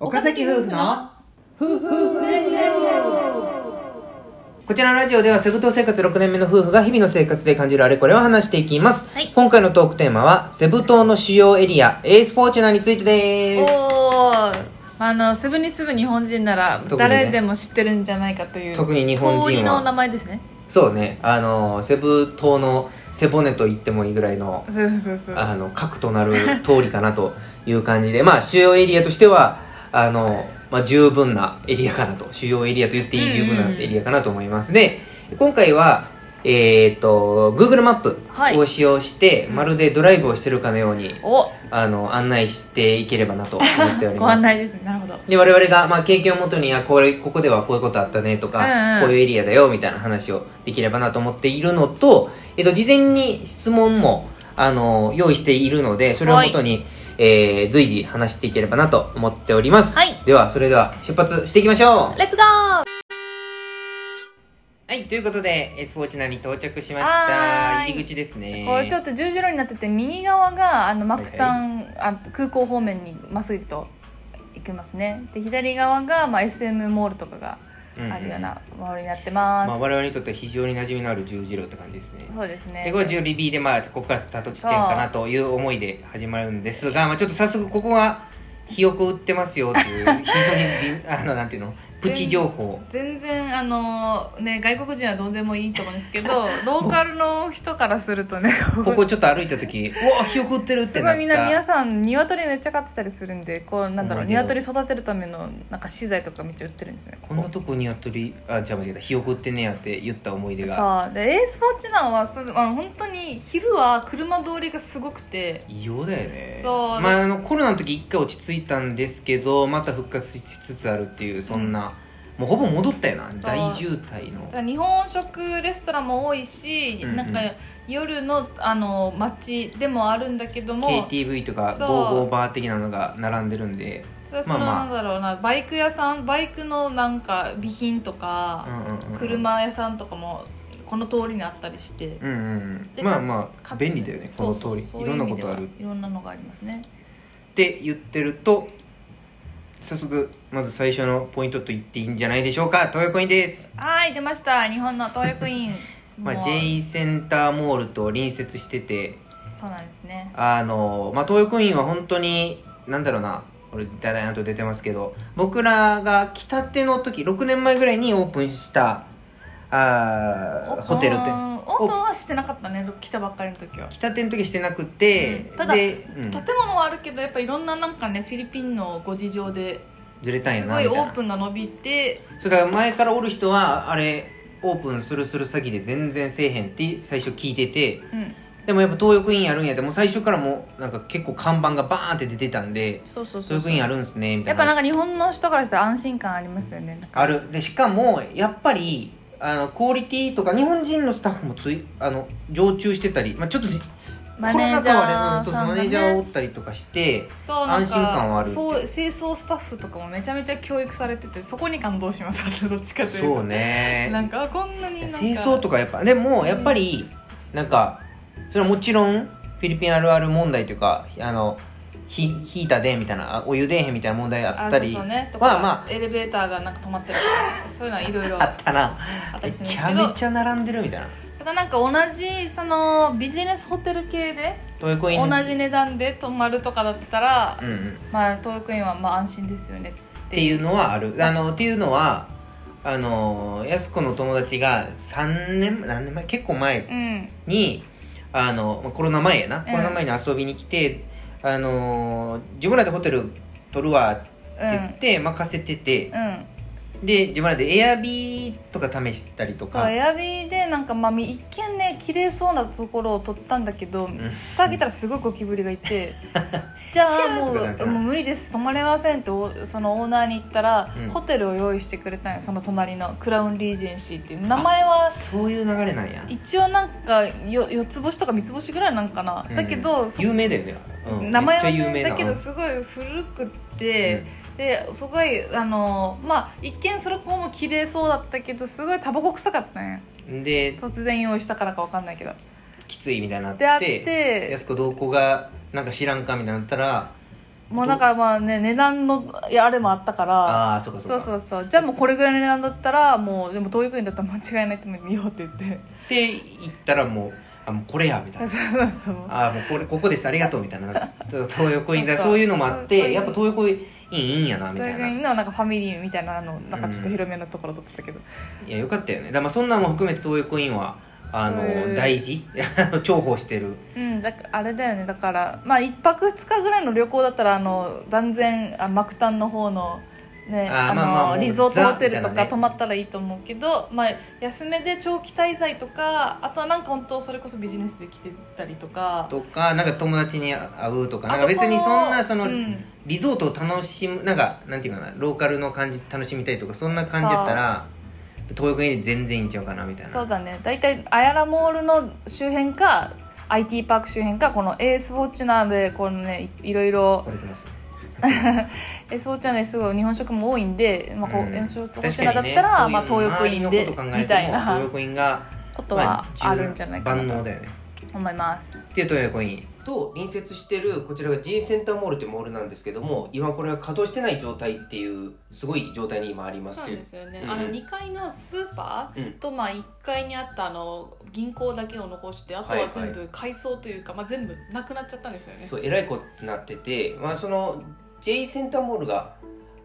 岡崎夫婦のこちらのラジオではセブ島生活6年目の夫婦が日々の生活で感じるあれこれを話していきます、はい今回のトークテーマはセブ島の主要エリアエースポーチュナについてですおーあのすぐにすぐ日本人ならにね誰でも知ってるんじゃないかという特に日本人は通りの名前ですねそうねあのセブ島の背骨と言ってもいいぐらいのそうそうそうあの核となる通りかなという感じでまあ主要エリアとしてはあの、まあ、十分なエリアかなと主要エリアと言っていい十分なエリアかなと思います、で今回はえっ、と Google マップはいを使用して、まるでドライブをしてるかのようにおあの案内していければなと思っておりごま案す内ですねなるほどで我々が、まあ、経験をもとにあこれここではこういうことあったねとうんか、うんこういうエリアだよみたいな話をできればなと思っているのと、えっと、事前に質問もあの用意しているのでそれをもとに、えー随時話していければなと思っております、はいではそれでは出発していきましょうレッツゴーははいということでエスポーチナに到着しましはたーい入り口ですねこれちょっと十字路になってて右側があのマクタン、あ空港方面にまっすぐと行けますねで左側が、まあ、SM モールとかがうんうんあるようなモールになってます、まあ、我々にとっては非常に馴染みのある十字路って感じですねそうですねでこれ10リビーでまあここからスタート地点かなという思いで始まるんですが、まあ、ちょっと早速ここはひよこ売ってますよという非常にびあのなんていうのプチ情報全然あのね外国人はどうでもいいと思うんですけどローカルの人からするとねここちょっと歩いた 時うわひよこ売ってるってすなごっいみんな皆たさん鶏めっちゃ飼ってたりするんでこうなんだろうほんまに鶏育てるためのなんか資材とかめっちゃ売ってるんですねこんなとこにやっとりあじゃあ間違えたひよこ売ってねやって言った思い出がさあでエースポーチナはすあの本当に昼は車通りがすごくて異様だよねそうまあ、あのコロナの時一回落ち着いたんですけどまた復活しつつあるっていうそんな、もうほぼ戻ったよな大渋滞のだから日本食レストランも多いし、うんうんなんか夜のあの街でもあるんだけども KTV とかそうゴーゴーバー的なのが並んでるんでそのまあまあなんだろうなバイク屋さんバイクのなんか備品とうか、んうんうんうん車屋さんとかもこの通りにあったりして、うんうんうでん、まあまあかつ便利だよねこの通そうりそうそういいうろんな意こ味でとはあるっいろんなのがありますねて言ってると早速まず最初のポイントと言っていいんじゃないでしょうか東横インです、はい出ました日本の東横インまもあ、う JE センターモールと隣接しててそうなんですねあの、まあ、東横インは本当になんだろうな俺ダダヤンと出てますけど僕らが来たての時6年前ぐらいにオープンしたあーホテルってオープンオープンはしてなかったね来たばっかりの時は、来たての時してなくて、うんただで、うん建物はあるけどやっぱいろんななんかねフィリピンのご事情でずれすたいなごみいたいなオープンが伸びてそれから前からおる人はあれオープンするする詐欺で全然せえへんって最初聞いててうんでもやっぱ東横インやるんやってもう最初からもうなんか結構看板がバーンって出てたんでそうそうそう東横そうインやるんすねみたやいっなぱなん話か日本の人からしたら安心感ありますよねなんかあるでしかもやっぱりあのクオリティとか日本人のスタッフもついあの常駐してたり、まあ、ちょっとじコマロネナージ禍ャーはあれうんそうそうさんマがねネージャーをおったりとかしてそうなんか安心感はあるそう清掃スタッフとかもめちゃめちゃ教育されててそこに感動します 私どっちか というとそうねなんかあこんないにやなんか清掃とかやっぱでもやっぱりなんかそれはもちろんフィリピンあるある問題というかあのひヒーターでみたいなあお湯でへんみたいな問題あっあそたうりそうねとかまあまエレベーターがなんか止まってるそういうのはいろいろあああっったなためりするんでちすゃけめどちゃ並んでるみたいなただなんか同じそのビジネスホテル系で東横イ同ンじ値段で泊まるとかだったら、うんうん、っまあ東京院はまあ安心ですよねってていうのはあるあのっていうのはあのやす子の友達が3年何年前結構前うんにあのまあコロナ前やな、んコロナ前に遊びに来てあの自分らでホテル取るわってっうて言っんて任せてて、うんで自分らでエアビーとか試したりとそうかエアビーでなんかまあみ一見ね綺麗そうなところを撮ったんだけど、蓋開けたらすごいゴキブリがいて じゃあもひゃーとかなんかうもう無理です泊まれませんっておそのオーナーに言ったら、うんホテルを用意してくれたんよその隣のクラウンリージェンシーっていう名前はそういう流れなんや一応なんかよ四つ星とか三つ星ぐらいなんかな、だけど、うんそ有名だよね、うん名前は、めっちゃ有名ね、なだけどすごい古くって、で、すごいあのまあ一見それここも綺麗そうだったけどすごいタバコ臭かったねうんで突然用意したからかわかんないけどきついみたいになっであってやてす子同行がなんか知らんかみたいになったらもうなんかまあね値段のいやあれもあったからああーそうかそうそかうそうそうじゃあもうこれぐらいの値段だったらもうでも東北にだったら間違いないと思って見ようって言ってって言ったらもうあもうこれやみたいそうなそうそうあもうこれここですありがとうみ たいな東横院なんだかそういうのもあっ東て横インやっぱ東横院いいんやなみた東い北なにのなんかファミリーみたいなのなんかちょっと広めのところ撮ってたけど、いやよかったよねだからまあそんなんも含めて東横院はあそうの大事 重宝してるうん、だからあれだよねだからまあ1泊2日ぐらいの旅行だったらあの断然あマクタンの方のねあーあのまあまあもうリゾートホテルザみたといなかね泊まったらいいと思うけど、まあ安めで長期滞在とかあとはなんか本当それこそビジネスで来てたりとかとかなんか友達に会うとかなんあかと別にこそんなその、うんリゾートを楽しむなんかなんていうかなローカルの感じ楽しみたいとかそんな感じやったら東横院で全然いいんちゃうかなみたいなそうだね大体アヤラモールの周辺か IT パーク周辺かこのエースウォッチナーでこのねいいろいろこれいきますエースウォッチナーですごい日本食も多いんで、まあ、こううんエースウォッ確チかナーだにっねたら、そういうまあ、東横イン周りでのこと考えてもみたい東な横院がことはまあるんじゃないか万な能とだよね思います。っていう東横院と隣接してるこちらが J センターモールというモールなんですけども今これが稼働してない状態っていうすごい状態に今ありますそうとないんうですよね、うんあの2階のスーパうんーとまあ1階にあったあの銀行だけを残してあとは全部改装というか、まあ、全部なくなっちゃったんですよねそうえらいことになってて、まあ、その J センターモールが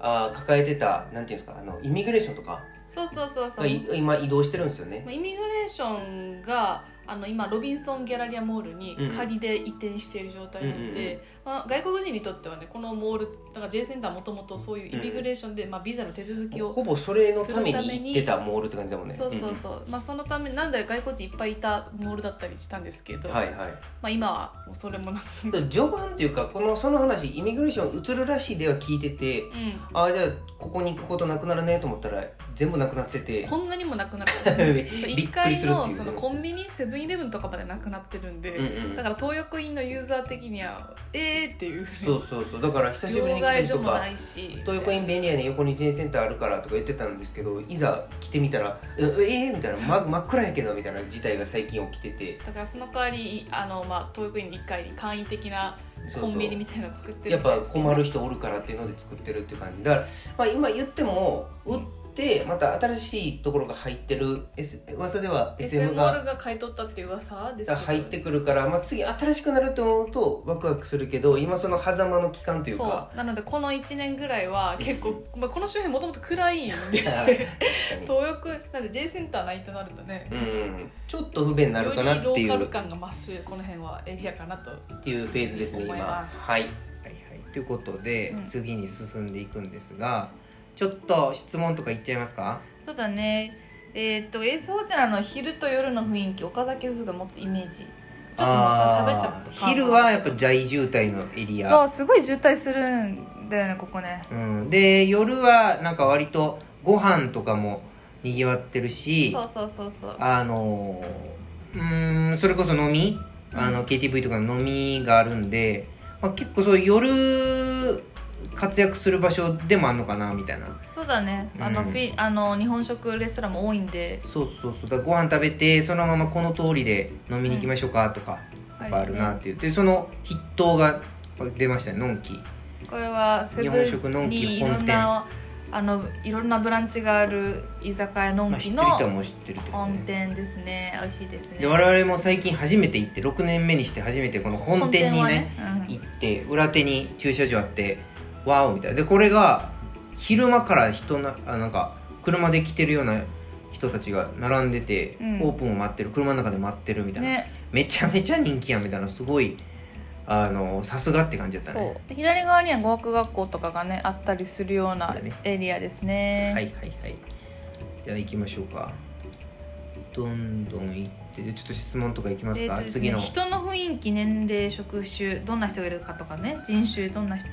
あー抱えてたなんていうんですかあのイミグレーションとかそうそうそうそう、い今移動してるんですよねまあ、イミグレーションがあの今ロビンソンギャラリアモールにうん仮で移転している状態なのうんうんうんで、まあ、外国人にとってはねこのモールだから J センターもともとそういうイミグレーションで、まあ、ビザの手続きをほぼそれのために行ってたモールって感じだもんねそうそうそう、まあ、そのためなんで外国人いっぱいいたモールだったりしたんですけど、うんはいはいまあ、今はもうそれもなく、だから序盤っていうかこのその話イミグレーション移るらしいでは聞いててうん、ああじゃあここに行くことなくなるねと思ったら全部なくなっててこんなにもなくなっ びっ1くり階するっのていうそのねコンビニセブンイレブンとかまでなくなってるんで、うんうんだから東横インのユーザー的にはええー、っていうそうそうそうだから久しぶり両に来た替り所ともかないし東横イン便利やね横に人員センターあるからとか言ってたんですけどいざ来てみたら「ええーみたいな、ま、真っ暗やけどみたいな事態が最近起きててだからその代わりあの、まあ、東横イン1階に簡易的なそうコンそうビニみたいなの作ってるやっみたぱいですけど困る人おるからっていうので作ってるっていう感じだから、まあ、今言っても売ってまた新しいところが入ってる、S、噂では SM SM モールがが買い取ったっていう噂ですけど入ってくるから、まあ、次新しくなると思うとワクワクするけど今その狭間の期間というかそうなのでこの1年ぐらいは結 構、まあ、この周辺もともと暗いんで確 か東横なんで J センターないとなるとねに、うん、ちょっと不便になるよりかロなっていーカルう感が増すこの辺はエリアかなとっていうフェーズですね今思いますはいはいはい、ということで、うん次に進んでいくんですがちょっと質問とかいっちゃいますかそうだねえっとエースホーチラの昼と夜の雰囲気岡崎夫婦が持つイメージちょっともうさ喋っちゃったかな昼はやっぱ大渋滞のエリアそうすごい渋滞するんだよねここねうん、で夜はなんか割とご飯とかもにぎわってるしそうそうそうそうあのうーんそれこそ飲みあの KTV とかの飲みがあるんで、まあ、結構そういう夜活躍する場所でもあるのかなみたいなそうだねあの、うんフィあの日本食レストランも多いんでそうそうそうだからご飯食べてそのままこの通りで飲みに行きましょうかとか、やっぱあるなっていうでその筆頭が出ましたねのんきこれはセ日ブ本食のンんきにいろ本店んなあのいろんなブランチがある居酒屋のまんあ、知っきてのる人はもう知ってるってこと本ね店ですね美味しいですねで我々も最近初めて行って6年目にして初めてこの本店にねはうん行って裏手に駐車場あってわおみたいなでこれが昼間から人なあなんか車で来てるような人たちが並んでて、うんオープンを待ってる車の中で待ってるみたいな、ね、めちゃめちゃ人気やんみたいなすごいあのさすがって感じだったねそうで左側には語学学校とかがねあったりするようなそうだねエリアですねはいはいはいでは行きましょうかどんどん行ってでちょっと質問とか行きますでか、ですね次の人の雰囲気年齢職種どんな人がいるかとかね人種どんな人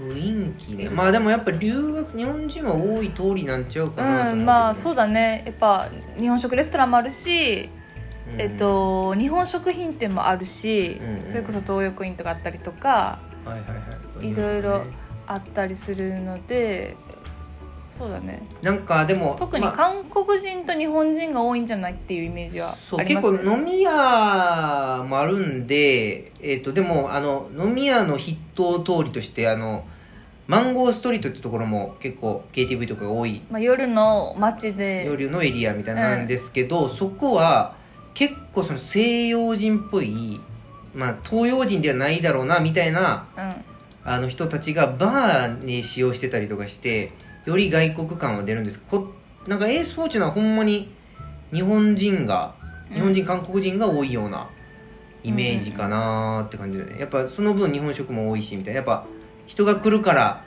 雰囲気ねまあでもやっぱ留学日本人は多い通りなんちゃうかなと思うけどうねんまあそうだねやっぱ日本食レストランもあるし、うんえっと日本食品店もあるし、うんうんそれこそ東横インとかあったりとかはいはいはいいろいろあったりするのでそうだねなんかでも特にまあ韓国人と日本人が多いんじゃないっていうイメージはそあうり結ま構すね飲み屋もあるんで、えっとでもあの飲み屋の筆頭通りとしてあのマンゴーストリートってところも結構 KTV とかが多いまあ、夜の街で夜のエリアみたいなんですけど、そこは結構その西洋人っぽい、まあ、東洋人ではないだろうなみたいなうんあの人たちがバーに使用してたりとかしてより外国感は出るんですこなんかエースフォーチュナはほんまに日本人がうん日本人、韓国人が多いようなイメージかなーって感じだねやっぱその分日本食も多いしみたいなやっぱ人が来るから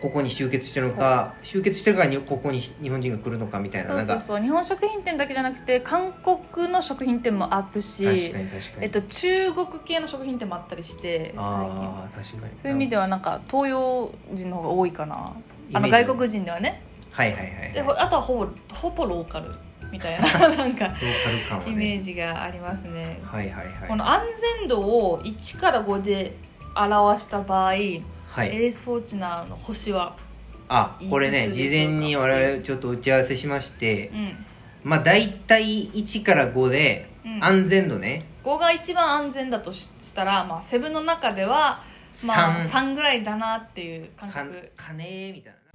ここに集結してるのか集結してるからにここに日本人が来るのかみたいなそうなんかそうそう日本食品店だけじゃなくて韓国の食品店もあるし確かに確かに、えっと、中国系の食品店もあったりして最近ああ確かにそういう意味ではなんか東洋人の方が多いかなあのイメージ外国人ではねはいはいはい、はい、でローあとはほぼほぼローカルみた いななんかカル感はイメねージがありますねはいはいはいこの安全度を1から5で表した場合、はい、エースフォーチュナーの星は、あこれいねくつでし事ょうか前に我々ちょっと打ち合わせしましてうんまあ大体1から5でうん、安全度ね、 5が一番安全だとししたら、まあ、セブンの中では、まあ、 3 3ぐらいだなっていう感か覚金みたいな